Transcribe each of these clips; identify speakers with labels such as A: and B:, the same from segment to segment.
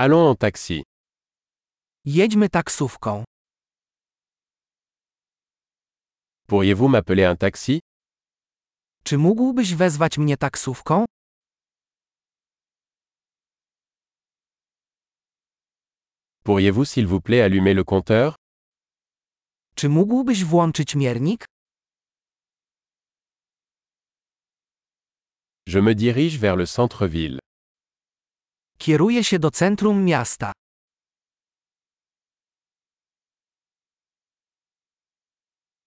A: Allons en taxi.
B: Jedźmy taksówką.
A: Pourriez-vous m'appeler un taxi
B: Czy mógłbyś wezwać mnie taksówką?
A: Pourriez-vous s'il vous plaît allumer le compteur
B: Czy mógłbyś włączyć miernik?
A: Je me dirige vers le centre-ville.
B: Kieruję się do centrum miasta.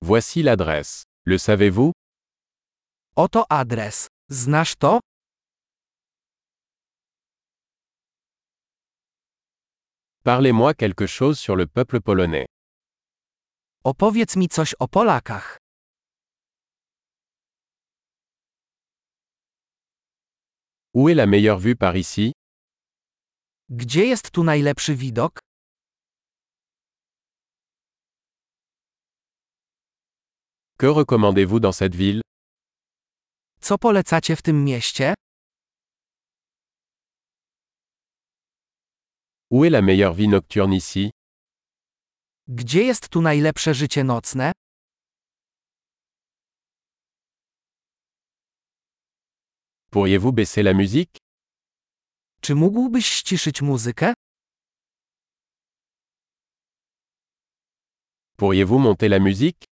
A: Voici l'adresse. Le savez-vous
B: Oto adres. Znasz to?
A: Parlez-moi quelque chose sur le peuple polonais.
B: Opowiedz mi coś o Polakach.
A: Où est la meilleure vue par ici
B: Gdzie jest tu najlepszy widok?
A: Que recommandez-vous dans cette ville
B: Co polecacie w tym mieście?
A: Où est la meilleure vie nocturne ici
B: Gdzie jest tu najlepsze życie nocne?
A: Pourriez-vous baisser la musique
B: Czy mógłbyś ściszyć muzykę?
A: Pourriez-vous monter la musique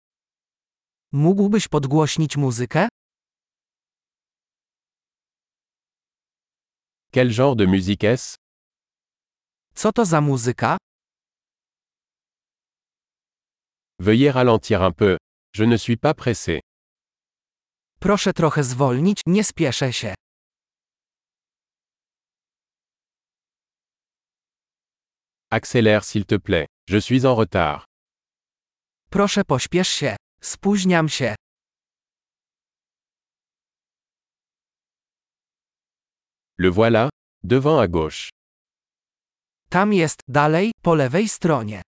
B: Mógłbyś podgłośnić muzykę?
A: Quel genre de musique est-ce
B: Co to za muzyka?
A: Veuillez ralentir un peu. Je ne suis pas pressé.
B: Proszę trochę zwolnić, nie spieszę się.
A: Accélère s'il te plaît. Je suis en retard.
B: Proszę pośpiesz się. Spóźniam się.
A: Le voilà, devant à gauche.
B: Tam jest, dalej, po lewej stronie.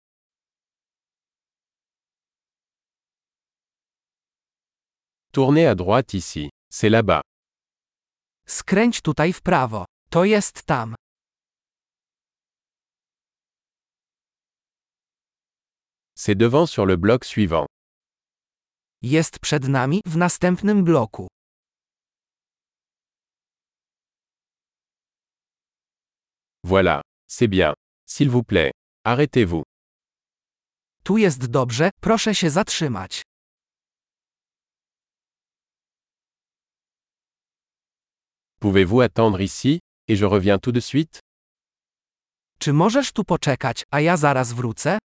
A: Tournez à droite ici. C'est là-bas.
B: Skręć tutaj w prawo. To jest tam.
A: C'est devant sur le bloc suivant.
B: Jest przed nami, w następnym bloku.
A: Voilà. C'est bien. S'il vous plaît. Arrêtez-vous.
B: Tu jest dobrze, proszę się zatrzymać.
A: Pouvez-vous attendre ici, et je reviens tout de suite
B: Czy możesz tu poczekać, a ja zaraz wrócę?